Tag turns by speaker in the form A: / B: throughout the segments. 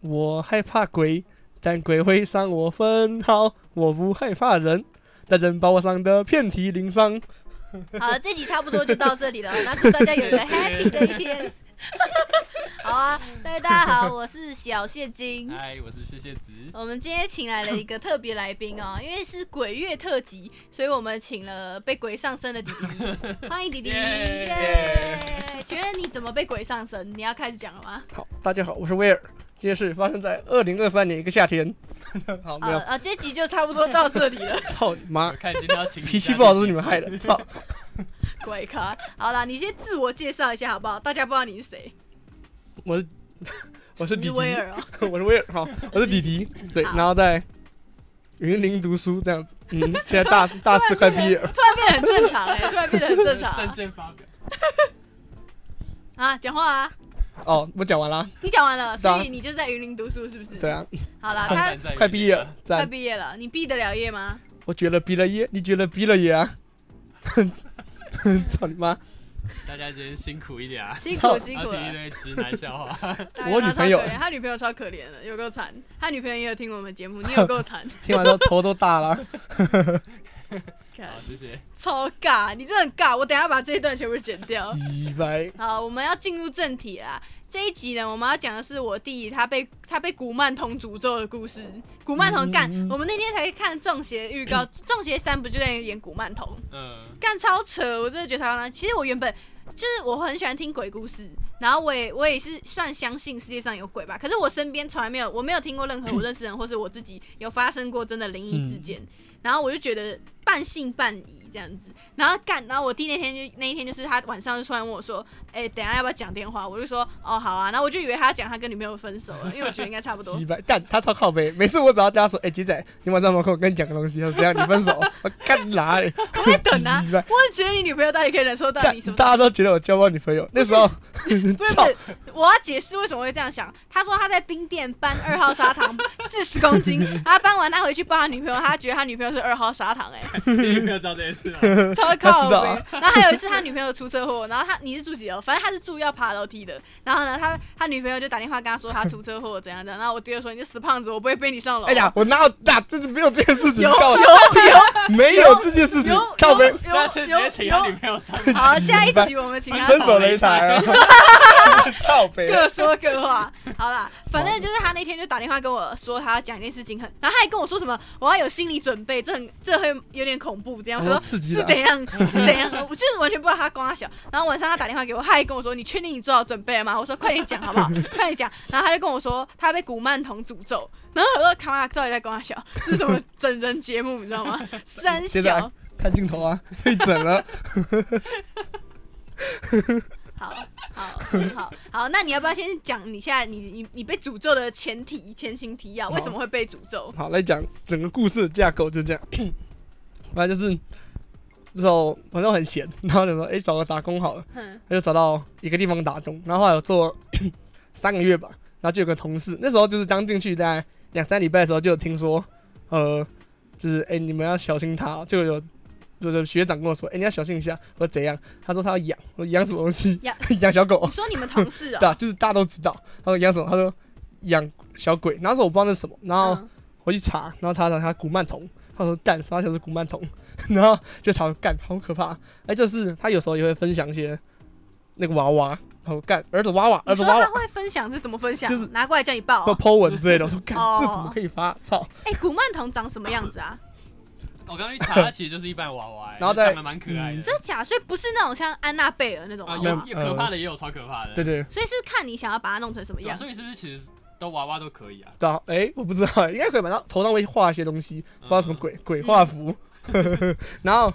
A: 我害怕鬼，但鬼会伤我分毫。我不害怕人，但人把我伤得遍体鳞伤。
B: 好，这集差不多就到这里了，那祝大家有一个 happy 的一天。 好啊，大家好，我是小谢
A: 嗯
B: 金。
C: 嗨，我是谢谢子。
B: 我们今天请来了一个特别来宾哦，因为是鬼月特辑，所以我们请了被鬼上身的弟弟，欢迎弟弟。
C: 耶
B: 耶！请问你怎么被鬼上身？你要开始讲了吗？
A: 好，大家好，我是威尔。这件事发生在二零二三年一个夏天。 好，没
B: 呃
A: 有，
B: 呃，这集就差不多到这里了，
A: 操你妈
C: 我！看今天要请
A: 啊脾气不好都是你们害
C: 的。
A: 的，操！
B: 鬼咖。好啦，你先自我介绍一下好不好？大家不知道你是谁，
A: 我是 我是
B: 你
A: 迪
B: 是
A: 迪，
B: 威尔哦。
A: 我是威尔，好，我是迪 迪，对，
B: 好
A: 然后在云林读书这样子，嗯，现在 大大四快毕业了，
B: 突然变得很正常哎、突然变得很正常
C: 证
B: 啊
C: 件发表。
B: 啊！讲话啊！
A: 哦，我讲完了，
B: 你讲完了，
A: 是啊
B: 所以你就在云林读书是不是？
A: 对。啊，
B: 好啦，他
A: 快毕业了，
B: 快
A: 赞，
B: 毕业了，你毕得了业吗？
A: 我觉得毕了业，你觉得毕了业啊？ 操你妈！
C: 大家今天辛苦一点啊！
B: 辛
A: 操
B: 苦辛
C: 要
B: 苦
C: 听一
B: 了。
C: 堆直男 笑话，
B: 大家
A: 我
B: 知道
A: 女朋友
B: 超可怜他女朋友超可怜的，有够惨。他女朋友也有听我们节目，你有 够惨，
A: 听完之后头都大了，
B: 看
C: 好，谢谢。
B: 超尬，你真的很尬。我等一下把这一段全部剪 掉。
A: 鸡掰！
B: 好，我们要进入正题啦。这一集呢，我们要讲的是我弟他被他被古曼童诅咒的故事。古曼童干，
A: 嗯
B: 我们那天才看中邪预告，中邪三不就在演古曼童？
C: 嗯，
B: 干超扯，我真的觉得台湾人。其实我原本就是我很喜欢听鬼故事，然后我也我也是算相信世界上有鬼吧。可是我身边从来没有，我没有听过任何我认识人或是我自己有发生过真的灵异事件。然后我就觉得半信半疑这样子。然后干，然后我弟那天就那一天就是他晚上就突然问我说：“哎、等一下要不要讲电话？”我就说：“哦，好啊。”然后我就以为他讲他跟女朋友分手了，因为我觉得应该 差不多
A: 鸡。掰！干他超靠背，每次我只要跟他说，哎、鸡仔，你晚上有没有空我跟你讲个东西，他说怎样你分手，我干哪里？
B: 我在 等啊，
A: 鸡掰！
B: 我只觉得你女朋友到底可以忍受到
A: 干
B: 你什么？
A: 大家都觉得我交不到女朋友，那时候
B: 不是不
A: 操
B: 是，我要解释为什么会这样想。他说他在冰店搬二号 砂糖四十公斤，他搬完他回去抱他女朋友，他觉得他女朋友是二号砂糖、 哎，
C: 你有没有知道这件事吗？
B: 超
A: 他
B: 靠
A: 知
B: 北
A: 道啊。
B: 然后还有一次他女朋友出车祸，然后他你是住几楼？反正他是住要爬楼梯的。然后呢，他他女朋友就打电话跟他说他出车祸怎样怎样。然后我爹就说你这死胖子，我不会背你上楼。
A: 哎呀，我哪有哪真的没有这件事情，
B: 有
A: 靠有 没有这件事情
B: 有，
A: 靠背
C: 下次
B: 有
C: 直
B: 有
C: 接请他女
B: 有。
C: 朋友上来。
B: 好，下一集我们请他
A: 分手擂台 啊， 靠背。
B: 各说各话。好啦，反正就是他那天就打电话跟我说，他要讲一件事情很，然后他还跟我说什么，我要有心理准备，这很这会有点恐怖，这样。
A: 哦
B: 我说
A: 刺激
B: 是
A: 的啊
B: 怎样是 怎样，我就是完全不知道他光他小。然后晚上他打电话给我，他还跟我说，你确定你做好准备了吗？我说快点讲 好不好？快点讲。然后他就跟我说，他被古曼童诅咒。然后我说，卡玛到底在光他小，这是什么整人节目，你知 道吗？三
A: 接着
B: 小
A: 来。看镜头啊，被整了。
B: 好好好好，那你要不要先讲你现在你你你被诅咒的前提前情提要？
A: 好
B: 为什么会被诅咒？
A: 好，来讲整个故事的架构就这 样。反正就是那时候反正很闲，然后就说哎、找个打工好了，
B: 哼，
A: 他就找到一个地方打工，然后后来我做 三个月吧，然后就有个同事，那时候就是刚进去大概两三礼拜的时候就有听说，呃，就是哎、你们要小心他哦，就有。就是学长跟我说，哎、你要小心一下。我说怎样？他说他要养，我 说养什么东西？
B: 养
A: 养小狗
B: 你。说你们同事
A: 对
B: 哦、
A: 啊，就是大家都知道。他说养什么？他说养小鬼。然后那时候我不知道那是什么，然后
B: 嗯
A: 我去查，然后查查他古曼童，他说干啥小是古曼童， 然后就查干好可怕。哎，就是他有时候也会分享一些那个娃娃，然后干儿子娃娃，儿
B: 你
A: 子
B: 说
A: 娃
B: 他
A: 娃
B: 会分享是怎么分享？
A: 呃就是
B: 拿过来叫你抱、
A: 或
B: 哦。
A: po 文之类的，我说干
B: 哦
A: 这怎么可以发？操！
B: 哎、古曼童长什么样子啊？
C: 我刚刚一查，它其实就是一般娃娃，哎
A: 然后再
C: 长得蛮可爱的
B: 嗯真的假？所以不是那种像安娜贝尔那种
C: 啊，
B: 娃
C: 有
B: 娃，
C: 有可怕的也有超可怕的。
A: 呃对对
B: 所以是看你想要把它弄成什么
C: 对啊，
B: 样。
C: 所以是不是其实都娃娃都可以啊？
A: 对啊，哎，我不知道，应 该可以买到头上会画一些东西，不知道什么鬼鬼
B: 嗯
A: 画符。 然后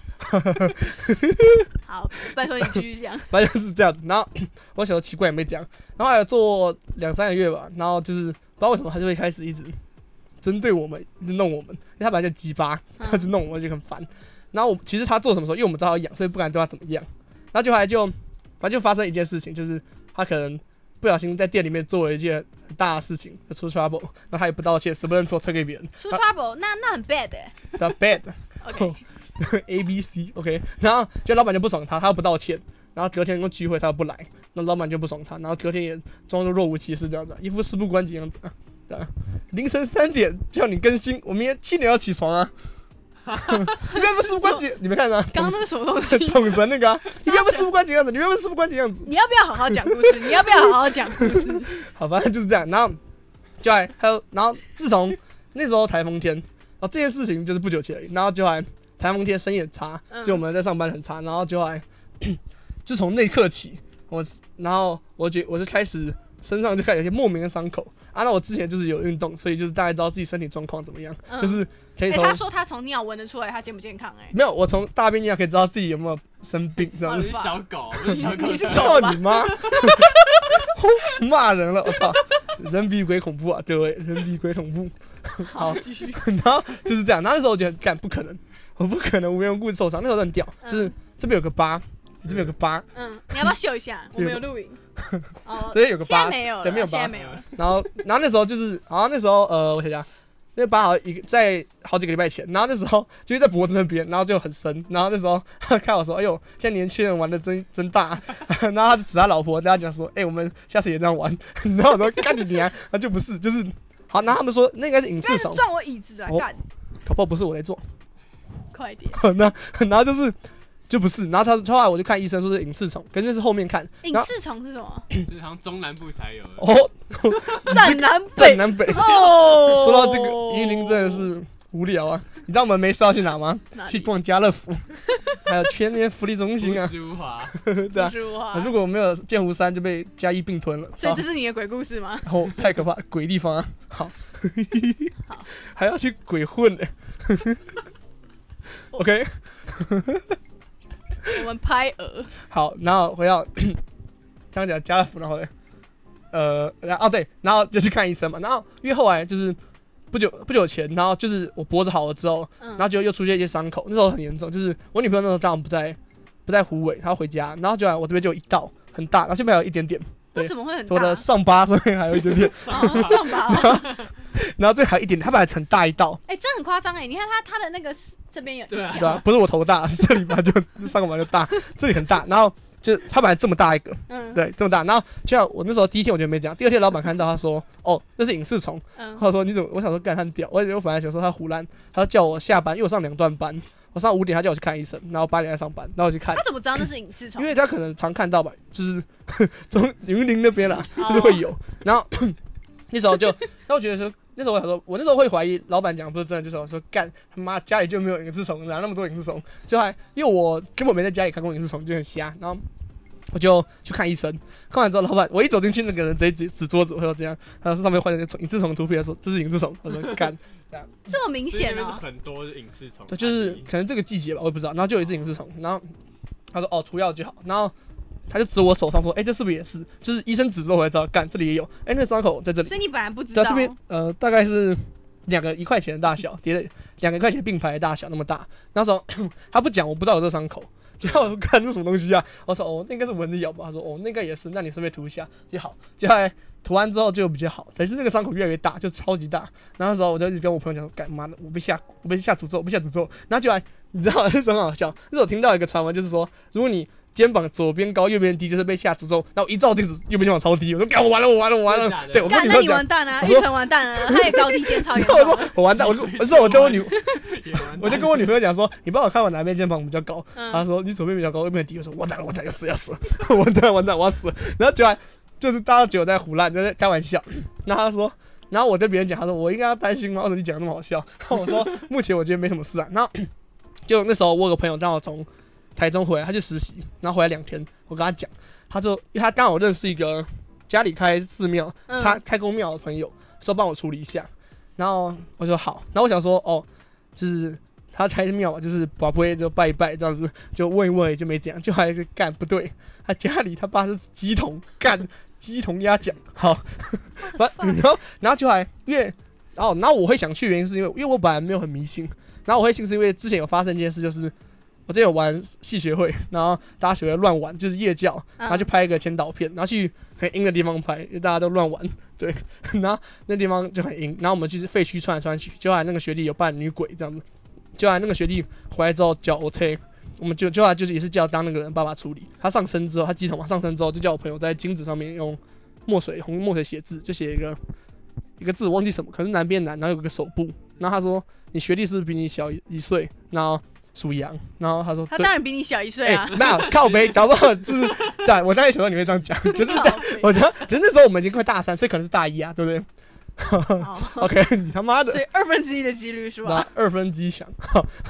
B: 好，拜托你继续讲。
A: 反正就是这样子。然后 我想说奇怪也没讲，然后还有做两三个月吧，然后就是不知道为什么他就会开始一直针对我们，一直弄我们，因为他本来就鸡巴，
B: 嗯
A: 他一直弄我们就很烦。然后我其实他做什么时候，因为我们知道他养，所以不敢对他怎么样。然后就后来就反正就发生一件事情，就是他可能不小心在店里面做了一件很大的事情，就出 trouble，然后他也不道歉，什么认错推给别人，
B: 出 trouble，那那很 bad 哎、
A: 他 bad。
B: OK，
A: A B C OK，然后就老板就不爽他，他又不道歉，然后隔天跟聚会他又不来，那老板就不爽他，然后隔天也装作若无其事这样子，一副事不关己样子。对吧？凌晨三点叫你更新，我明天七点要起床 啊。你看不是事不关己，你们看啊，？
B: 刚刚那个什么东西
A: 捅神那个、啊，你看不是
B: 傻
A: 事不关己的样子，你看不是事不关己的样子。
B: 你要不要好好讲故事？你要不要好好讲故事？
A: 好，反正 就是这样。然后就还还有，然后自从那时候台风天，然后这件事情就是不久前而已，然后就还台风天生意很差，
B: 嗯
A: 就我们在上班很差，然后就还 就从那刻起，我然后我觉我就开始身上就开始有一些莫名的伤口啊。那我之前就是有运动，所以就是大概知道自己身体状况怎么样，
B: 嗯
A: 就是可
B: 哎、
A: 以从、
B: 他说他从尿闻得出来他健不健康、哎，
A: 没有我从大便尿可以知道自己有没有生病，
B: 哦
A: 这
C: 哇
A: 样
C: 你
A: 子
C: 是小狗，不是小狗，
B: 你是狗
A: 操
B: 吧
A: 你 妈！ 骂人了，我操！人比鬼恐怖啊，各位，人比鬼恐怖。好，
C: 继续。
A: 然后就是这样，然后那时候我觉得，干不可能，我不可能无缘无故受伤。那时候我很屌，就是
B: 嗯
A: 这边有个疤，这边有个疤，
B: 嗯，你要不要秀一下？我们有录 影。哦，
A: 这边有个
B: 现在
A: 疤，
B: 没有了，
A: 对没有疤嗯
B: 现在没有
C: 呃
B: 了。
A: 然后，然后那时候就是，然后那时候呃，我想想，那个疤好像一个在好几个礼拜前，然后那时候 就是在脖子那边，然后就很深，然后那时候 看我说，哎呦，现在年轻人玩的真真大， 然后他就指他老婆，跟他讲说，哎、我们下次也这样玩， 然后我说干你娘， 他就不是，就是好，然后他们说那应该是影
B: 不要
A: 视手，
B: 撞我椅子啊！
A: 哦
B: 干，
A: 搞不好不是我在做，
B: 快点！
A: 那然后就是。就不是，然后他说后来我就看医生说是隐翅虫，可是那是后面看，
B: 隐
A: 然后
B: 翅虫是什么？
C: 就是好像中南部才有的。
A: 哦，
B: 战南
A: 在
B: 北
A: 南北。
B: 哦。
A: 说到这个，榆林真的是无聊啊！你知道我们没事要去哪吗？
B: 哪里
A: 去逛家乐 福，还有全联福利中心啊
C: 朴，实无华，
A: 对啊
B: 不。是我
A: 啊
B: 啊
A: 如果我没有剑湖山，就被嘉义并吞了。
B: 所以
A: 啊
B: 这是你的鬼故 事吗？
A: 然后太可怕，鬼地方啊！好
B: 好，
A: 还要去鬼混呢。OK，
B: 我们拍鹅，
A: 好，然后回到刚刚讲家乐福，然后呢，呃，然后哦对，然后就去看医生嘛，然后因为后来就是不久不久前，然后就是我脖子好了之后，
B: 嗯
A: 然后就又出现一些伤口，那时候很严重，就是我女朋友那时候当然不在不在湖尾，她回家，然后就我这边就有一道很大，然后这边还有一点点，对
B: 为什么会很大？
A: 我的上巴上面还有一点 点，
B: 哦，上吧哦。
A: 然后这还有一点点，它本来很大一道，
B: 哎，这很夸张哎！你看他他的那个这边有一
C: 对啊
A: 对
B: 条，
A: 吧、不是我头大，是这里吧就上个巴就大，这里很大，然后就它本来这么大一个，
B: 嗯
A: 对，这么大，然后就像我那时候第一天我觉得没讲，第二天老板看到他说，哦，那是隐翅虫，
B: 嗯，
A: 他说你怎么？我想说干他很屌，我我本来想说他胡乱，他叫我下班，因为我上两段班，我上午点他叫我去看医生，然后八点再上班，然后我去看
B: 他。怎么知道那是隐翅虫
A: 因？为他可能常看到吧，就是 从云林那边啦，就是会有。然后 那时候就，那我觉得说，那时候我想说，我那时候会怀疑老板讲不是真的，就是我说干他妈家里就没有影子虫，哪那么多影子虫？就还因为我根本没在家里看过影子虫，就很瞎。然后我就去看医生，看完之后，老板我一走进去，那个人直接指指桌子，我说这样，他说上面画的那个影子虫图片，说这是影子虫，我说干，
B: 这么明
C: 所以那
B: 显
C: 边是
B: 哦。
C: 很多隐翅虫。
A: 对，就是可能这个季节吧，我也不知道。然后就有一只隐翅虫，然后他说哦涂药就好，然后他就指我手上说，哎、这是不是也是？就是医生指之后我才知道，干这里也有，哎、那个伤口在这里，
B: 所以你本来不知
A: 对啊，
B: 道
A: 这边呃大概是两个一块钱的大 小，叠了两个一块钱并排的大小那么大。那时候 他不讲，我不知道有这伤口。结果我说 看这什么东西啊？我说哦，那应该是蚊子咬吧。他说哦，那个也是，那你顺便涂一下啊就好。接下来涂完之后就比较好，但是那个伤口越来越大，就超级大。然后那时候我就一直跟我朋友讲说，干妈的，我被吓，我被下诅咒，我被下诅咒。然后就来，你知道那时候很好笑，那时候我听到一个传闻，就是说如果你肩膀左边高右边低，就是被下诅咒。然后我一照镜子，右边肩膀超低，我说干我完了，我完了，我完
C: 真的假
A: 了。
C: 的
A: 对，我跟
B: 干，
A: 女
B: 那
A: 朋
B: 你
A: 友讲
B: 完。蛋啊！
A: 我
B: 玉
A: 说
B: 成完蛋了，他也高低肩超严
A: 然 后我
B: 重
A: 说。我完蛋，我就我说我跟我女，我就跟我女朋友讲说，你帮我看我哪边肩膀比较高。她
B: 嗯，
A: 说你左边比较高，右边低。我说完蛋了，完蛋了要死要死了，完蛋了完蛋了我要死了。然后居然就是大家觉得我在胡乱，就在开玩笑。然后她说，然后我跟别人讲，她说我应该要担心吗？我说你讲得那么好笑。然后我说目前我觉得没什么事啊。然后 就那时候我有个朋友刚好从台中回来，他去实习，然后回来两天，我跟他讲，他就因为他刚好认识一个家里开寺庙，
B: 嗯
A: 他开公庙的朋友说帮我处理一下，然后我说好，然后我想说哦，就是他开庙嘛，就是把不会就拜一拜这样子，就问一问就没讲，就还是干不对，他家里他爸是鸡童干鸡童鸭讲好，然后然后就还因为然后然后我会想去原因是因为因为我本来没有很迷信，然后我会信是因为之前有发生一件事就是。我之前有玩戏学会，然后大家学会乱玩，就是夜教，然后去拍一个前导片，然后去很阴的地方拍，因为大家都乱玩， 对，然后那地方就很阴，然后我们就是废墟穿来穿去，就来那个学弟有扮女鬼这样子，就来那个学弟回来之后叫 OK，我们就就来就是也是叫当那个人爸爸处理，他上身之后，他系统嘛上身之后就叫我朋友在金纸上面用墨水红墨水写字，就写一个一个字，我忘记什么，可是南边南，然后有个手部，然后他说你学弟是不是比你小一一岁？然后属羊，然后他说
B: 他
A: 对
B: 当然比你小一岁
A: 哎、
B: 啊。
A: 没有靠背，搞不好就是对我当然想到你会这样讲，就是
B: 靠
A: 我觉得，只是那时候我们已经快大三，所以可能是大一啊，对不对
B: 北好
A: ？OK，你他妈
B: 所
A: 的，
B: 以二分之一的几率是
A: 那
B: 吧？
A: 二分之一响，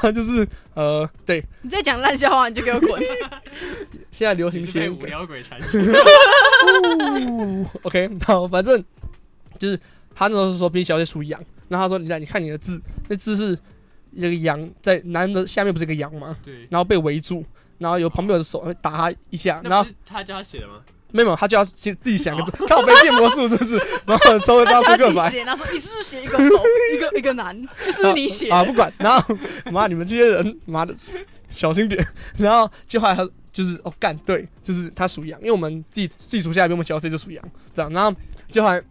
A: 就是呃，对，
B: 你再讲烂笑话你就给我滚！
A: 现在流行
C: 你是
A: 谐
C: 被
A: 音
C: 无
A: 梗。
C: 聊鬼缠身。
A: 呜 OK，好，反正就是他那时候是说冰小姐属羊，然后他说你来你看你的字，那字是一个羊在男的下面不是一个羊吗？
C: 对，
A: 然后被围住，然后有旁边有手打他一下， 然
C: 那
A: 后
C: 不是他叫他写的吗？
A: 没有没有他就要自自己想个字， 看我被变魔术是不 是？然后稍微
B: 他
A: 发
B: 他
A: 扑克
B: 自己
A: 牌。
B: 写，然后说你是不是写一个手，一个一个男，是不是你写
A: 啊？
B: 的？
A: 不管，然后妈你们这些人，妈的，小心点。然后就后来他就是哦干对，就是他属羊，因为我们自己自己属下来比我们小，所以就属羊这样。然后就后来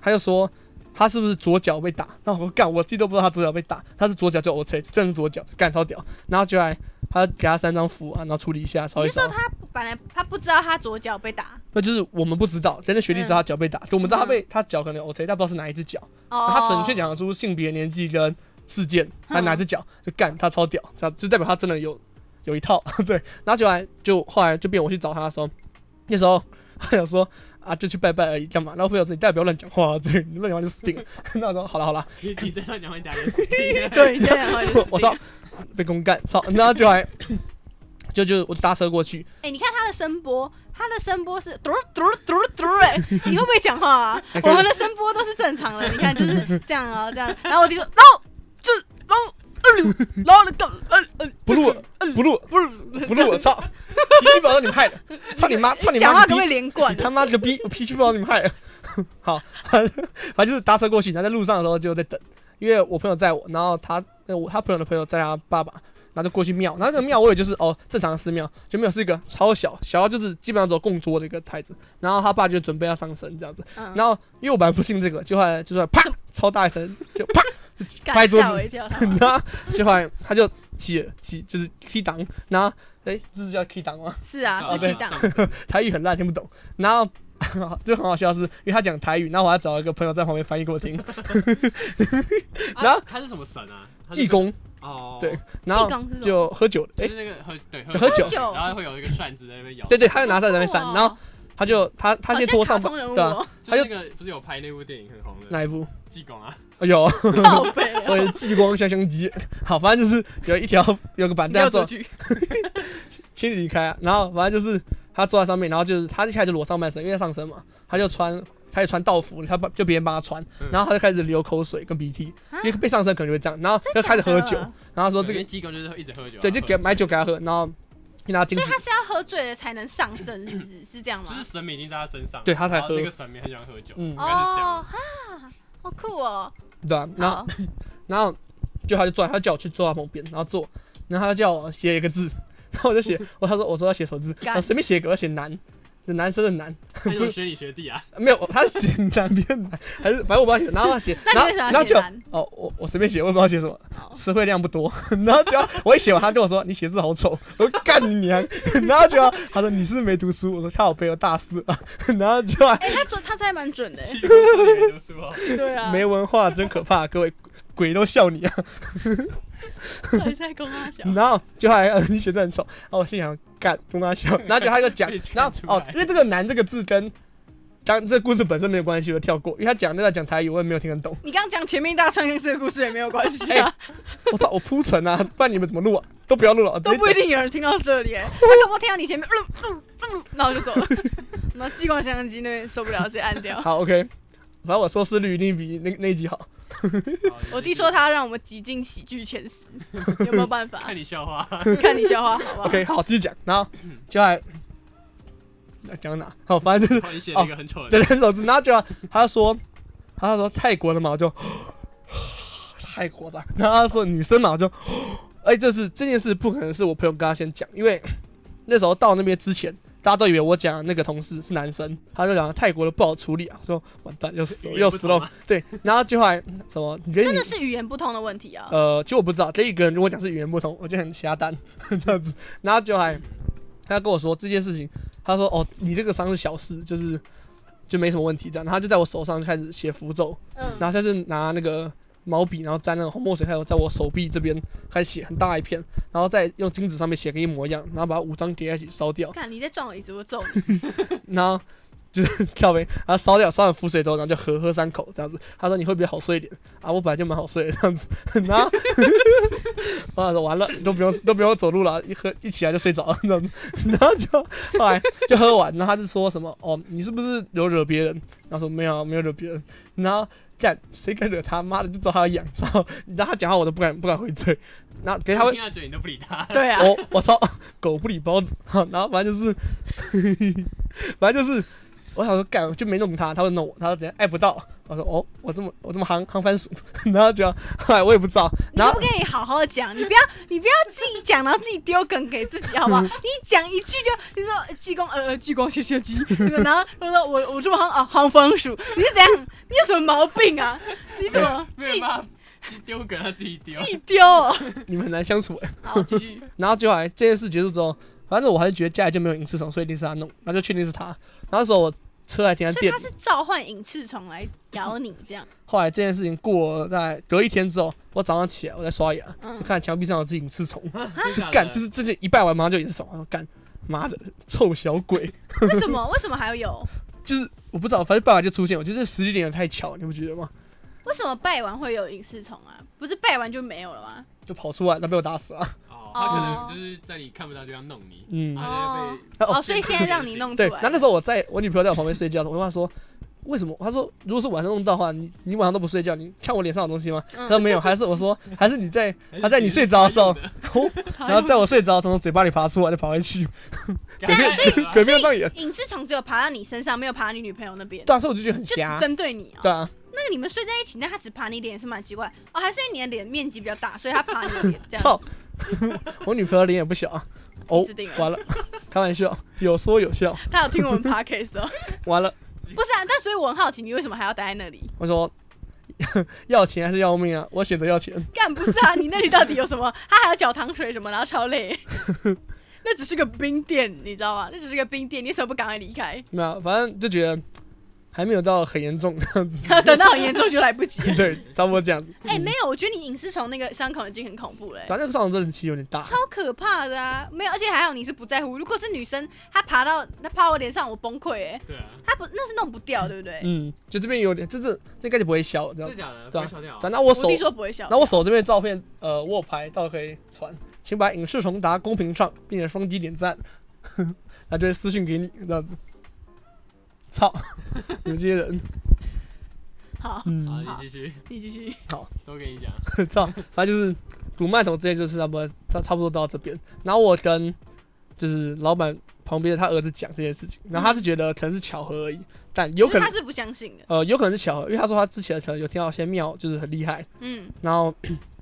A: 他就说他是不是左脚被打？然后我说干，我自己都不知道他左脚被打，他是左脚就 O C，正是左脚，干超屌。然后就后来他给他三张符啊，然后处理一下，稍
B: 你
A: 微
B: 是
A: 稍
B: 说他本来他不知道他左脚被打
A: 那就是我们不知道，人家学弟
B: 嗯
A: 知道他脚被打，就我们知道他被他脚可能 O C，但不知道是哪一只脚。
B: 哦，
A: 他准确讲得出性别、年纪跟事件，他哪只
B: 嗯
A: 脚就干，他超屌，这样就代表他真的有有一套， 对。然后就来就后来就变我去找他的时候，那时候 他想说啊，就去拜拜而已，干嘛？然后朋友说你大家不要乱讲话、啊，对，你乱讲话就死定了。 那时候好了好了，
C: 你你这段讲会打给 死定了。
B: 对，你这样好意思
A: 我。我操，被公干操，然后就来就就我搭车过去，
B: 哎，你看他的声波，他的声波是嘟儿嘟儿嘟儿嘟儿，哎，你会不会讲话啊？
A: 哎
B: 我们的声波都是正常的，你看就是这样啊，这样。然后我就说，然后就然后呃，然后那个呃呃，
A: 不录了不录
B: 不是
A: 不录，我， 操，脾气不好让你们害的，操你妈，操你
B: 讲
A: 妈
B: 话
A: 个
B: 可不
A: 逼
B: 可以！连贯
A: 你？ 他妈个逼，我脾气不好，你们害了。好，反正反正就是搭车过去，然后在路上的时候就在等，因为我朋友载我，然后他呃我他朋友的朋友载他爸爸，然后就过去庙，然后那个庙我也就是哦正常的寺庙，就没有是一个超小，小到就是基本上只有供桌的一个台子，然后他爸就准备要上身这样子，
B: 嗯
A: 然后因为我本来不信这个，就后来就说啪超大一声，就啪就
B: 干
A: 拍桌
B: 吓
A: 子嗯
B: 我，一跳，他
A: 然后就后来他就起了起就是 key 档，然后哎这是叫 key 档吗？
B: 是啊，
C: 哦
B: 是
C: 对
B: key 档，
A: 台语很烂，听不懂。然后 就很好笑的是，因为他讲台语，然后我还找一个朋友在旁边翻译给我 听，
C: 啊
A: 然后
C: 他是什么神啊？他是
A: 济公，
C: 哦，
A: 对，然
B: 气
A: 后
B: 功是什么？
A: 就喝酒的，哎、
C: 就是那个喝对
A: 就喝酒
B: 喝酒
C: 然后会有一个扇子在那边摇。
A: 对对，他就拿 在那边
B: 哇
A: 扇，然后他就他他先拖上
B: 哦好像
A: 吧，
B: 卡通人物
A: 对啊，
B: 哦，
C: 就是那个不是有拍那部电影很红的
A: 哪一部？
C: 济公啊？
A: 哎呦，
B: 靠背哦，
A: 我也是激光香香鸡， 好，反正就是有一条 有个板
B: 你
A: 凳
B: 要
A: 要坐
B: 出，去，
A: 先离开、啊然后反正就是他坐在上面，然后就是他一开始就裸上半身，因为他上身嘛，他就穿。他也穿道服，他帮就别人帮他穿，
C: 嗯
A: 然后他就开始流口水跟鼻涕，
B: 啊
A: 因为被上身可能会这样，然后
B: 真
A: 就
B: 的
A: 开始喝
B: 假
A: 酒
B: 的，
A: 然后说
C: 说
A: 这
C: 这
A: 个
C: 个济公就是会一直喝酒啊，
A: 对，就给
C: 喝
A: 买酒给他喝，然后给他禁
B: 啊所以
A: 止
B: 他。是要喝醉了才能上身，是不是？是这样
C: 就是
B: 吗？
C: 神明已经在他身上了，
A: 对他才
C: 然后
A: 喝
C: 那个神明很喜欢喝酒，
A: 嗯
C: 应该是这样。
B: 哦，哈，好酷哦！
A: 对啊，然后
B: 好，
A: 然后就他就坐，他就叫我去坐他旁边，然后坐，然后他就叫我写一个字，然后我就 写，我他说我说要写什么字，
B: 干
A: 我随便写一个，我要写男，男生的男，
C: 他有学你学弟啊，
A: 没有，他写 南边男，还是反正我不知道写，然后他写，
B: 那你
A: 然后
B: 为什么要
A: 然后
B: 写
A: 就
B: 男哦
A: 哦，我我随便写，我也不知道写什么，
B: 好
A: 词汇量不多，然后就要我一写完，他跟我说你写字好丑，我说干你 娘，然后就要他说你是不是没读书，我说看我朋友大四啊，然后就要
B: 哎，他准，他猜蛮准的，欸
C: 济公是没读书哦，
B: 对啊，
A: 没文化真可怕，各位鬼都笑你啊！
B: 还在公 他小，
A: 然后就还、呃、你写字很丑，然后我心想干跟他 笑，然后就他就讲
C: 被，看
A: 然后
C: 出来
A: 哦，因为这个难这个字跟当这个故事本身没有关系，我就跳过，因为他讲那在讲台语，我也没有听得 懂。
B: 你刚刚讲前面一大串跟这个故事也没有关系
A: 哎
B: 啊，
A: 我操，我铺陈啊，不然你们怎么录啊？都不要录了，我直
B: 都
A: 接
B: 不一
A: 讲。
B: 定有人听到这里，哎他搞不好听到你前面，嗯嗯嗯，然后就走了， 然后激光相机那边受不了，直接按掉。
A: 好，OK，反正我收视率一定比那那一集好。
C: 好
B: 我弟说，他让我们挤进喜剧前十，有没有办法
C: 看？你 笑话，
B: 看你笑话好不好？
A: OK，好，继续讲，然后就还讲到哪？好，反正就是
C: 你写了一个很丑的
A: 哦对，人手指，然后就他说，他说泰国的嘛，我就泰国的，然后他说女生嘛，我就，哎、这是这件事不可能是我朋友跟他先讲，因为那时候到那边之前，大家都以为我讲的那个同事是男生，他就讲泰国的不好处理啊，说完蛋又死
C: 语言
A: 又
C: 不
A: 死
C: 同
A: 了
C: 啊，
A: 对，然后就后来什么，你觉得
B: 真
A: 你
B: 的是语言不通的问题啊。
A: 呃，其实我不知道，这一个人如果讲是语言不通，我就很瞎蛋 这样子，然后就还他跟我说这件事情，他说哦，你这个伤是小事，就是就没什么问题这样。然后他就在我手上就开始写符咒，
B: 嗯，
A: 然后他就拿那个毛笔，然后沾那个红墨水，还有在我手臂这边开始写很大一片，然后再用金纸上面写个一模一样，然后把它五张叠在一起烧掉，
B: 看你在撞我椅子，我揍 你。
A: 然后就是 跳呗，然后烧掉，烧完符水之后，然后就喝喝三口这样子。他说你会不会好睡一点啊？我本来就蛮好睡的这样子，然后我想说完了都不用都不用走路了，一喝一起来就睡着了这样子，然后就后来就喝完，然后他就说什么哦，你是不是有惹别人？然后说没有啊没有惹别人，然后。干谁敢惹他？妈的，就找他养操！然后你知道他讲话，我都不敢不敢回嘴。然后给他会
C: 听，他嘴你都不理他，
B: 对啊，
A: 哦我我操，狗不理包子，然后反正就是，反正就是，我想说干我就没弄他，他会弄我，他说怎样爱不到，我说哦，我这么我这么行行番薯， 然后就后来我也不知道，
B: 你
A: 然
B: 可
A: 后
B: 不可以好好讲？你不要，你不要自己讲，然后自己丢梗给自己，好不好？嗯你讲一句就你说呃济公，呃呃，济公谢谢鸡，然后他说我我这么行啊，行风鼠，你是怎样？你有什么毛病 啊？你怎么
C: 没有办法，丢梗他自己丢
B: 自。 己丢哦？
A: 你们很难相处欸
B: 好，继续。
A: 然后就后来这件事结束之后，反正我还是觉得家里就没有隐翅虫，所以一定是他弄，然后就确定是他。然后那时候我车还停在
B: 所以
A: 店
B: 他
A: 里，
B: 是召唤隐翅虫来咬你这样。
A: 后来这件事情过了大概隔一天之后，我早上起来我在刷牙，
B: 嗯
A: 就看墙壁上有只隐翅虫，
C: 啊
A: 干就是这些一拜完马上就隐翅虫，我说干妈的臭小鬼。
B: 为什么？为什么还有？
A: 就是我不知道，反正爸爸就出现，我觉得这时机点也太巧，你不觉得吗？
B: 为什么拜完会有隐翅虫啊？不是拜完就没有了吗？
A: 就跑出来，他被我打死了。
C: 哦，他可能就是在你看不到的地方弄你，
A: 嗯，
C: 啊，被
A: 哦
B: 哦，所以现在让你弄出
A: 对。
B: 来。
A: 那那时候我在我女朋友在我旁边睡觉的时候，我跟她说，为什么？她说，如果是晚上弄到的话，你你晚上都不睡觉，你看我脸上有东西 吗？她说
B: 嗯，
A: 没有，还是我说，还是你在，
C: 还是
A: 他在你睡着的时候
C: 别人
A: 然后在我睡着从嘴巴里爬出来，就跑回去，
C: 用的
B: 对啊所以
C: 干 嘛
A: 鬼面上演。
B: 隐翅虫只有爬到你身上，没有爬到你女朋友那边，
A: 对啊，所以我就觉得很
B: 就
A: 瞎
B: 只。针对你啊、
A: 对啊，
B: 那个你们睡在一起，那它只爬你脸也是蛮奇怪哦，还是因为你的脸面积比较大，所以它爬你的脸这 样
A: 操
B: 子。，
A: 我女朋友脸也不小啊。哦
B: 死定了，
A: 完了，开玩笑，有说有笑，
B: 它有听我们 podcast 哦，
A: 完了。
B: 不是啊？但所以我很好奇，你为什么还要待在那里？
A: 我说 要钱还是要命啊？我选择要钱。
B: 干不是啊？你那里到底有什么？它还要搅糖水什么，然后超累。 那只是个冰店，你知道吗？那只是个冰店，你为什么不赶快离开？
A: 没有，反正就觉得还没有到很严重这样子，
B: 等到很严重就来不及了。
A: 对，差不多这样子。 嗯
B: 哎、没有，我觉得你隐私虫那个伤口已经很恐怖了、欸
A: 反正那个上床真的其实有点大，
B: 超可怕的啊！没有，而且还好你是不在乎。如果是女生，她爬到她爬我脸上，我崩溃哎、欸！
C: 对啊，
B: 她不那是弄不掉，对不对？
A: 嗯，就这边有点，就是这应该就不会消这样
C: 真的。假的？
A: 对啊
C: 被敲掉
A: 反。正我手
B: 我弟，说不会笑。
A: 然后我手这边的照片，呃，我有拍到时候可以传，请把影视重达公屏上，并且双击点赞， 他就会私信给你这样子。 操，你们这些人，
B: 好，
C: 好，
A: 嗯，
C: 你继续，
B: 你继续。
A: 好，
C: 都给你讲。
A: 操，反正就是古曼童这些就是差不多，他差不多到这边。然后我跟就是老板旁边的他儿子讲这件事情，然后他是觉得可能是巧合而已，但有可
B: 因为
A: 能
B: 他是不相信的。
A: 呃有可能是巧合，因为他说他之前可能有听到一些庙就是很厉害，
B: 嗯，
A: 然后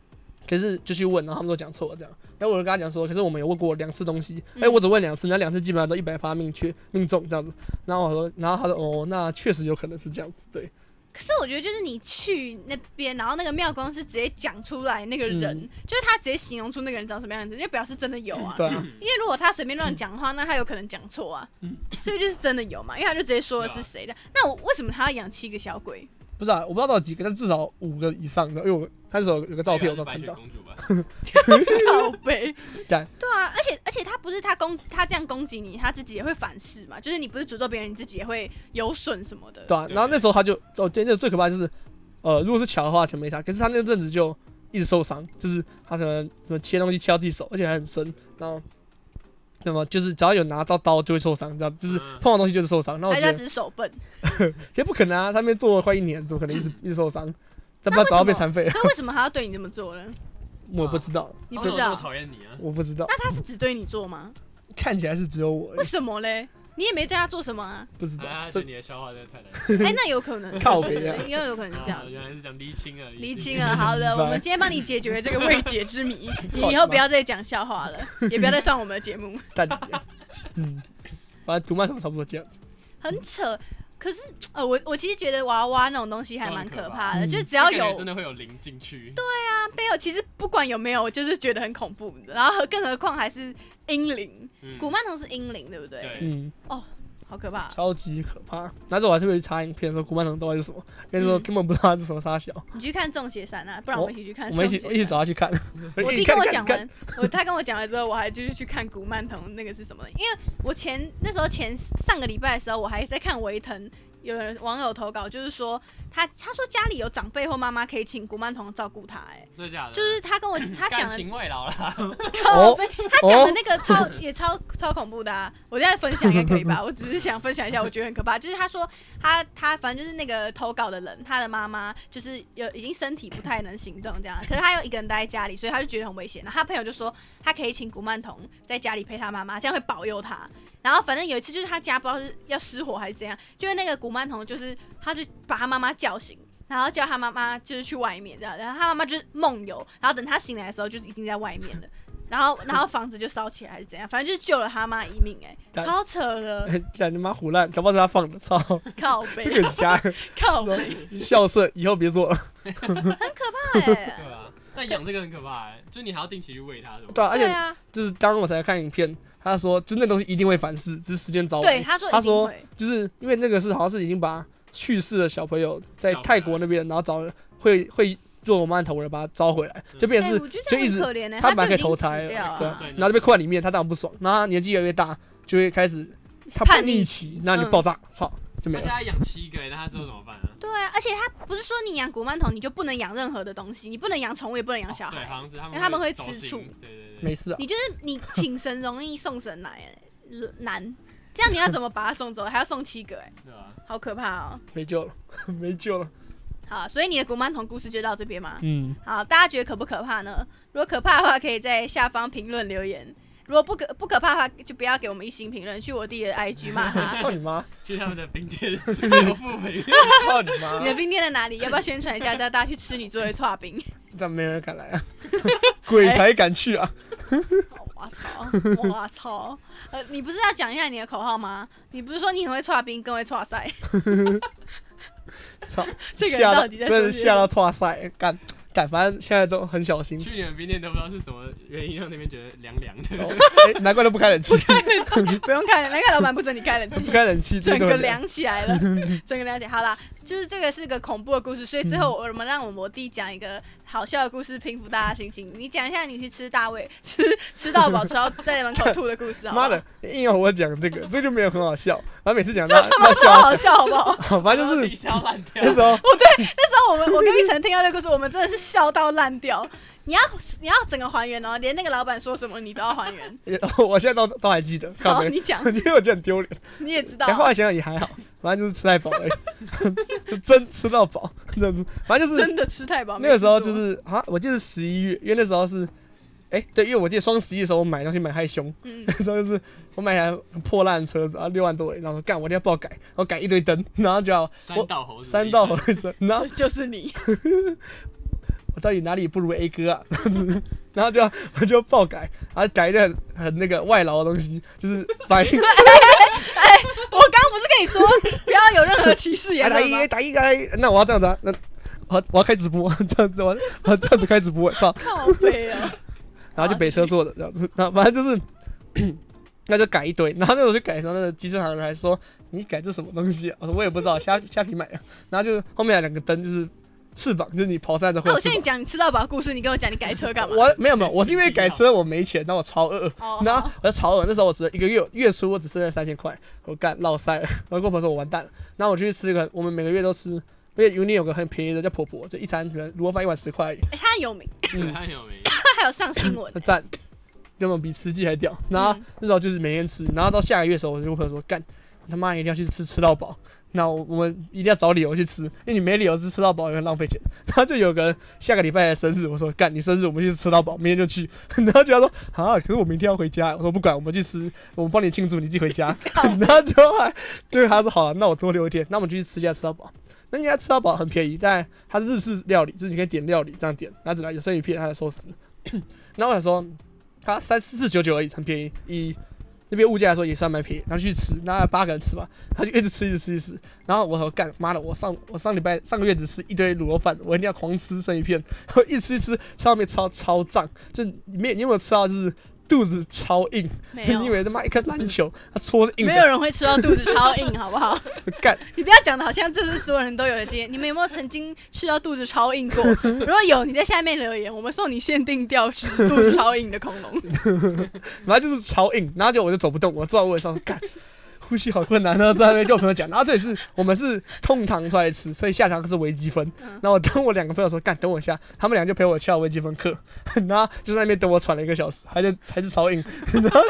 A: 可是就去问，然后他们都讲错了这样。然后我就跟他讲说，可是我们有问过两次东西，哎、
B: 嗯
A: 我只问两次，那两次基本上都一百发命确命中这样子。然后我说，然后他说哦，那确实有可能是这样子，对，
B: 可是我觉得就是你去那边，然后那个庙公是直接讲出来那个
A: 嗯
B: 人，就是他直接形容出那个人长什么样子，就表示真的有啊。
A: 对啊，
B: 因为如果他随便乱讲的话，那他有可能讲错啊。
A: 嗯
B: 所以就是真的有嘛，因为他就直接说的
A: 啊
B: 是谁的。那我为什么他要养七个小鬼？
A: 不知道、我不知道到几个，但至少五个以上的，因为我他那时候有个照片我
C: 是
A: 都
C: 啊白
A: 看
C: 雪
A: 到。
C: 公主吧？
B: 靠背。
A: 干
B: 对啊，而且而且他不是他攻他这样攻击你，他自己也会反噬嘛。就是你不是诅咒别人，你自己也会有损什么的。
A: 对啊，
C: 对
A: 然后那时候他就哦，对，那个最可怕就是，呃，如果是巧的话可能没啥，可是他那阵子就一直受伤，就是他可能什么切东西切到自己手，而且还很深，然后那么就是只要有拿到刀就会受伤，这样就是
C: 嗯
A: 碰到东西就是受伤。那我
B: 还
A: 觉
B: 是他
A: 得
B: 只是手笨。
A: 也不可能啊，他那边做了快一年，怎么可 能一直一直受伤？再不
B: 那
A: 然
B: 为
A: 早要被
B: 什么啊
A: 残废了，
B: 那为什么还要对你这么做 呢？
A: 我不知道，
B: 你不知
C: 他为什么这么
B: 道，
C: 讨厌你啊？
A: 我不知道，
B: 那他是只对你做吗？
A: 看起来是只有我而
B: 为
A: 已，
B: 什么嘞？你也没对他做什 么啊？
A: 不知道
C: 哎，他觉
A: 这
C: 得你的消化真的太难。
B: 哎，那有可能，
A: 靠北啊
B: 应该有可能是这样
C: 哦。原来是讲厘清啊，
B: 厘
C: 清
B: 清了，好的，
A: 明白
B: 我们今天帮你解决这个未解 之谜，你
A: 操
B: 以
A: 你
B: 后
A: 妈
B: 不要再讲笑话 了，也不要再上我们的节目，
A: 蛋底啊，嗯，反正读漫什么差不多这样子，
B: 很扯。可是，呃，我我其实觉得娃娃那种东西还蛮可怕的，
A: 嗯
B: 就是只
C: 只
B: 要
C: 真
B: 有啊
C: 的会有灵进去。
B: 没有，其实不管有没有，我就是觉得很恐怖。然后，更何况还是英灵，
C: 对
B: 古曼童是英灵，对不对？
C: 嗯对
A: 嗯，
B: 好可怕！
A: 超级可怕。那时候我还特别去查影片，说古曼童到底是什么，跟你说
B: 嗯
A: 根本不知道它是什么沙小。
B: 你去看《中邪三》啊，不然我们一起去看。
A: 我们一起一起找。他去看。
B: 我
A: 一
B: 弟
A: 起
B: 跟
A: 看
B: 我
A: 看
B: 讲
A: 看
B: 完，我他跟我讲完之后，我还就是去看古曼童那个是什么，因为我前那时候前上个礼拜的时候，我还在看维腾，有人网友投稿就是说他他说家里有长辈或妈妈可以请古曼童照顾他、哎，
C: 真的假的？
B: 就是他跟我他讲
C: 嗯感
B: 的
C: 情未老了，
B: 靠
A: 哦
B: 背，他讲的那个超、也超超恐怖的、啊，我现在分享应该可以吧？我只是想分享一下，我觉得很可怕。就是他说他他反正就是那个投稿的人，他的妈妈就是有已经身体不太能行动这样，可是他又一个人待在家里，所以他就觉得很危险。然后他朋友就说他可以请古曼童在家里陪他妈妈，这样会保佑他。然后反正有一次就是他家不知道是要失火还是怎样，就是那个古曼童就是他就把他妈妈叫醒。然后叫他妈妈就是去外面这样，然后他妈妈就是梦游，然后等他醒来的时候就是已经在外面了。然后然后房子就烧起来还是怎样，反正就是救了他妈一命、哎，
A: 干
B: 超扯的，
A: 干你妈胡烂，搞不好是他放的，操，
B: 靠
A: 这
B: 背
A: 个很瞎，
B: 靠背，
A: 孝顺，以后别做 了。
B: 哎
C: 对啊。但养这个很可怕、欸，就是你还要定期去喂它，对吧？
A: 对啊，而
B: 对
A: 且
B: 啊，
A: 就是当我才看影片，他说就那东西一定会反噬，只是时间早晚。
B: 对，他说
A: 他
B: 一定
A: 说
B: 会，
A: 就是因为那个是好像是已经把去世的小朋友在
C: 找回来
A: 泰国那边，然后找会会做我们头人把他招回来，
C: 嗯
A: 就变成
B: 哎，
A: 是
B: 我觉得
A: 就
B: 这
A: 一
B: 样
A: 直
B: 很可怜呢、
A: 他
B: 他
A: 本来可以
B: 就已经
A: 投胎
B: 死掉
A: 对
B: 啊
C: 啊，
A: 然后就被困在里面，他当然不爽，然后他年纪越来越大，就会开始他
B: 叛
A: 逆
B: 逆
A: 期，那你就
B: 嗯
A: 爆炸，操、就没
C: 他现
A: 了。
C: 在养七个、欸，那他之后怎么办啊？
B: 对啊，而且他不是说你养古曼童你就不能养任何的东西，你不能养宠物，也不能养小
C: 哦对，
B: 孩，
C: 好像是他们，
B: 因为他们会
C: 走
B: 吃
C: 心
B: 醋
C: 对对 对，
A: 没事啊，
B: 你就是你请神容易送神难、哎难。这样你要怎么把他送走？还要送七个、哎，
C: 对吧？
B: 好可怕哦！
A: 没救了， 没救了。
B: 好，所以你的古曼童故事就到这边吗？
A: 嗯，
B: 好，大家觉得可不可怕呢？如果可怕的话，可以在下方评论留言；如果不可不可怕的话，就不要给我们一星评论，去我弟的 IG 骂 他。
A: 操你 妈，
C: 去他们的冰店有副评，
A: 操你妈
B: 你，的冰店在哪里？要不要宣传一下，带大家去吃你做的 串冰？
A: 这没人敢来 啊，鬼才敢去啊！
B: 我操！我操！呃，你不是要讲一下你的口号吗？你不是说你很会串冰，更会串赛？
A: 操，
B: 哎这个人
A: 吓
B: 到
A: 到
B: 底在
A: 真的
B: 说
A: 是
B: 些
A: 吓
B: 什
A: 到
B: 么
A: 岔赛，干干，反正现在都很小心。
C: 去你们冰店都不知道是什么原因让那边觉得凉凉
A: 哦
C: 的，
A: 哎难怪都不开冷气，
B: 不用看，难怪老板不准你开冷气
A: 不。开冷气，
B: 整
A: 真的
B: 个
A: 会
B: 凉起来 了，整个凉起来。好啦，就是这个是个恐怖的故事，所以之后
A: 嗯
B: 我们让我我弟讲一个好笑的故事，平复大家心情。你讲一下你去吃大卫， 吃吃到饱，吃到在门口吐的故事，好不好
A: 妈的，，硬要我讲这个，这就没有很好笑。然后每次 讲
B: 这
A: 到
B: 他妈
A: 要
B: 超
A: 笑
B: 好，笑，好不好？
A: 好，反正就
C: 底
A: 是
C: 下烂 掉
A: 那。时候
B: 那时候我们我跟一晨听到这个故事，我们真的是笑到烂掉。你要你要整个还原哦，连那个老板说什么你都要还原。
A: 我现在都都还记得， 靠哎
B: 好，
A: 背，
B: 你讲，
A: 因为我觉得很丢脸。
B: 你也知道啊
A: 然后后来想想也还好，反正就是吃太饱了，就 真吃到饱，真的是，反正就是
B: 真的吃太饱。
A: 那个时候
B: 没
A: 就
B: 事做
A: 是啊，我记得十一月，因为那时候是，哎，对，因为我记得双十一的时候我买东西买太凶，
B: 嗯
A: 那，时候就是我买台很破烂的车子，然后六万多而已，然后说干我一定要爆改，然后改一堆灯，然后就要
C: 三道猴子，
A: 三道回声，然后
B: 就就是你，
A: 我到底哪里不如 A 哥啊？ 然后就 我就爆改，然后改一堆很很那个外劳的东西，就是反应
B: 我刚刚不是跟你说不要有任何歧视言
A: 哎打
B: 论吗
A: 一？打一打一，那我要这样子啊，那我要我要开直播， 这样子我我要这样子开直播，操！
B: 靠背 哦。
A: 然后就北车做的这样子，然后反正就是， 那就改一堆。然后那时候就改成那个机车行人还说你改这什么东西、啊？我说我也不知道，虾虾皮买的。然后就是后面还有两个灯就是翅膀，就是你跑山的时
B: 那
A: 候会有
B: 我
A: 翅
B: 现在
A: 膀。
B: 讲你吃到饱的故事，你跟我讲你改车干嘛？
A: 我没有没有，我是因为改车我没钱，然后我超饿，
B: 哦
A: 然后呃我就
B: 好
A: 超饿。那时候我只一个月月初我只剩下三千块，我干落塞了。然后跟我朋友说我完蛋了。然后我就去吃一个，我们每个月都吃，因为云林有个很便宜的叫婆婆，就一餐可能卤肉饭一碗十块而已，
B: 哎他很有名，
C: 对，他很有 名，
B: 他还有上新闻
A: 那。赞，根本比吃鸡还屌。然后那时候就是每天吃，然后到下个月的时候，我就跟朋友说，干，我他妈一定要去吃吃到饱。那我我们一定要找理由去吃，因为你没理由吃吃到饱，也很浪费钱。然后就有个人下个礼拜的生日，我说干你生日，我们去吃到饱，明天就去。然后就他说啊，可是我明天要回家。我说不管，我们去吃，我们帮你庆祝，你自己回家。然后就还对他说好了，那我多留一天，那我们就去吃一下吃到饱。那人家吃到饱很便宜，但它是日式料理，就是你可以点料理这样点，然后只来有生鱼片，还有寿司。然后我想说，它三四四九九而已，很便宜，以那边物价来说也算蛮便宜。然后去吃，然后八个人吃吧，他就一直吃，一直吃，一直吃。然后我说干妈的，我上我上礼拜上个月只吃一堆卤肉饭，我一定要狂吃生鱼片，然后一吃一吃，吃到面超超胀，就你没有你有没有吃到就是肚子超硬，
B: 没有
A: 你以，为他妈一颗篮球，它戳是硬
B: 没有
A: 的，
B: 人会吃到肚子超硬，好不好？
A: 就干
B: 你不要讲的好像就是所有人都有的经验。你们有没有曾经吃到肚子超硬 过？如果有，你在下面留言，我们送你限定钓食肚子超硬的恐 龙。
A: 然后就是超硬，然后就我就走不动，我坐在位上说干，呼吸好困难，然后在那边跟我朋友讲，然后这里是我们是空堂出来吃，所以下堂是微积分，
B: 嗯
A: 然后我等我两个朋友说干，等我一下，他们俩就陪我翘微积分课，然后就在那边等我喘了一个小时，还在还是超硬， 然后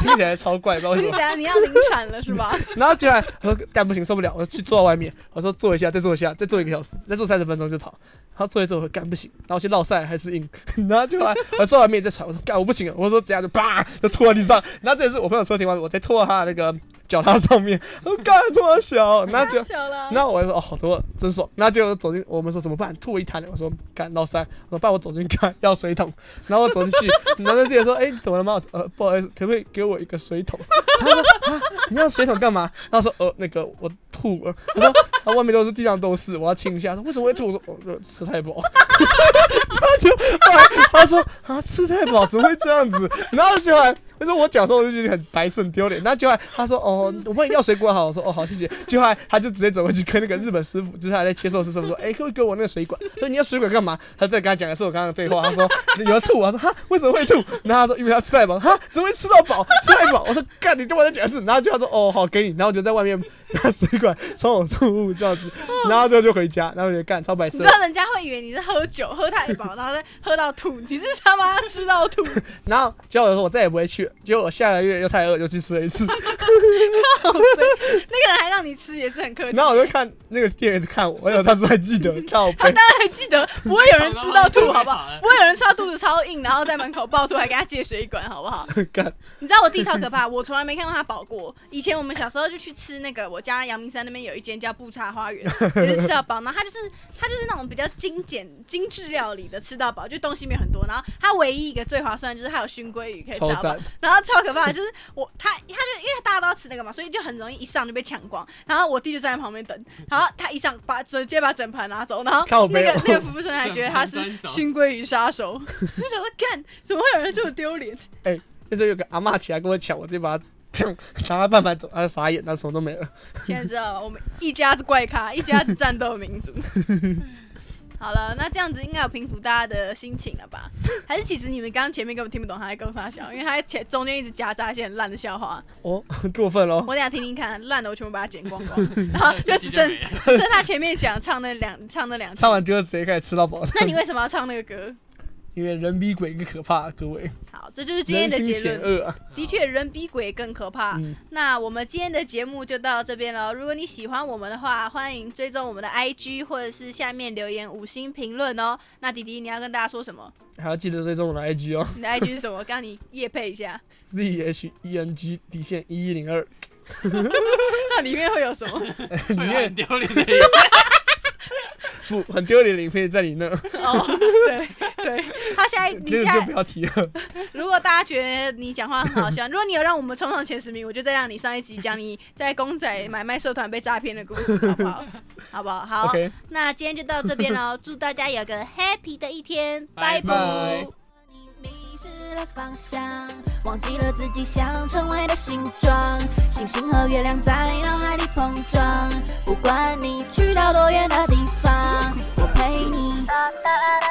A: 听起来超怪，不知道为
B: 你
A: 什么
B: 等。下你要临产了是吧？
A: 然后居然我说干不行受不了，我去坐在外面，我说坐一下，再坐一下，再坐一个小时，再坐三十分钟就逃。然后坐一坐，我说干不行，然后去绕赛还是硬， 然后就来我坐外面再喘，我说干我不行了，我说这样就啪就拖在地上，然后这也是我朋友车停完，我再拖到他那个脚踏上面，我说干拖小，然后就
B: 太小 了。
A: 那我就说哦，好多了真爽。那就走进我们说怎么办？吐了一滩，我说干老三，我说爸，我走进看要水桶，然后我走进去，然后那店员说哎、怎么了吗？我说呃不好意思，可不可以给我一个水桶？他说啊你要水桶干嘛？他说呃那个我吐了，我说他外面都是地上都是，我要清一下。他说为什么会吐？我说我、呃、吃太饱。他就后来他说啊吃太饱怎么会这样子？然后就来他说我讲的时候我就觉得很白痴很丢脸，然后就来他说哦我帮你要水果好，我说哦好谢谢，就来他就直接走回去跟那个日本师傅，就是他在切寿司师傅说哎、可不可以给我那个水管？说你要水管干嘛？他再跟他讲的是我刚刚的对话，他说你要吐，我说哈为什么会吐？然后他说因为他吃太饱，哈怎么会吃到饱？吃太饱，我说干你跟我再讲一次，然后就他说哦好给你，然后我就在外面拿水管冲我吐这样子，然后就就回家，然后我就干超白痴
B: 你知。道人家会以为你是喝酒喝太饱，然后再喝到吐，你是他妈吃到 吐，
A: 然后结果我说我再也不会去了，结果我下个月又太饿又去吃了一 次，
B: 那个人还让你吃，也是很客气。
A: 然后我就看那个店员一直看我，我有他说还记 得看我背，
B: 当然记得不会有人吃到吐，好不好
C: 好了？
B: 不会有人吃到肚子超硬，然后在门口暴吐，还跟他借水管，好不好？
A: 干
B: 你知道我弟超可怕，我从来没看过他饱过。以前我们小时候就去吃那个，我家阳明山那边有一间叫布茶花园， 也是吃到饱。然后他就是他就是那种比较精简精致料理的吃到饱，就东西没有很多。然后他唯一一个最划算的就是他有熏鲑鱼可以吃
A: 超
B: 到饱
A: 赞，，
B: 然后超可怕的就是我他他就因为大家都要吃那个嘛，所以就很容易一上就被抢光。然后我弟就站在旁边等，然后他一上把直接把整盘拿走，然后
A: 靠
B: 那
A: 背
B: 个
A: 哦
B: 那个服务生还觉得他是熏鲑鱼杀手， 就想说干怎么会有人这么丢脸？
A: 那时候有个阿嬷起来跟我抢，我直接把 他。拿他半盘走，他傻眼，他什么都没 了。
B: 现在知道了，我们一家子怪咖，一家子战斗民族。 好了，那这样子应该有平复大家的心情了吧？还是其实你们刚刚前面根本听不懂他在跟他笑，因为他在前中间一直夹杂一些很烂的笑话。
A: 哦，过分喽！
B: 我等一下听听看，烂的我全部把它剪光 光，然后就只剩只剩他前面讲唱那两唱那两句
A: 唱。完就直接开始吃到饱，
B: 那你为什么要唱那个歌？
A: 因为人比鬼更可怕，各位。
B: 好，这就是今天
A: 人
B: 的
A: 心
B: 结
A: 险
B: 论。
A: 恶啊！
B: 的确，人比鬼更可怕。
A: 嗯，
B: 那我们今天的节目就到这边了。如果你喜欢我们的话，欢迎追踪我们的 IG 或者是下面留言五星评论哦。那迪迪，你要跟大家说什么？
A: 还要记得追踪我的 IG 哦
B: 你的 IG 是什么？刚刚你夜配 一下，
A: ，Z H E N G 底线一一零二，
B: 那里面会有什么？
A: 里
C: 会有很
A: 面
C: 丢脸的一个。
A: 不很丢脸的影片在你那，
B: 哦，对对，他现在 你
A: 这
B: 现
A: 个就
B: 在
A: 不要提了。
B: 如果大家觉得你讲话很好笑，如果你有让我们冲上前十名，我就再让你上一集讲你在公仔买卖社团被诈骗的故事，好不好？好不好？好
A: OK，
B: 那今天就到这边喽，祝大家有个 happy 的一天，
A: 拜
C: 拜
B: 拜
D: 你迷失了方向，忘记了自己想成为的形状。星星和月亮在脑海里碰撞，不管你去到多远的地方，我陪你。哒哒哒哒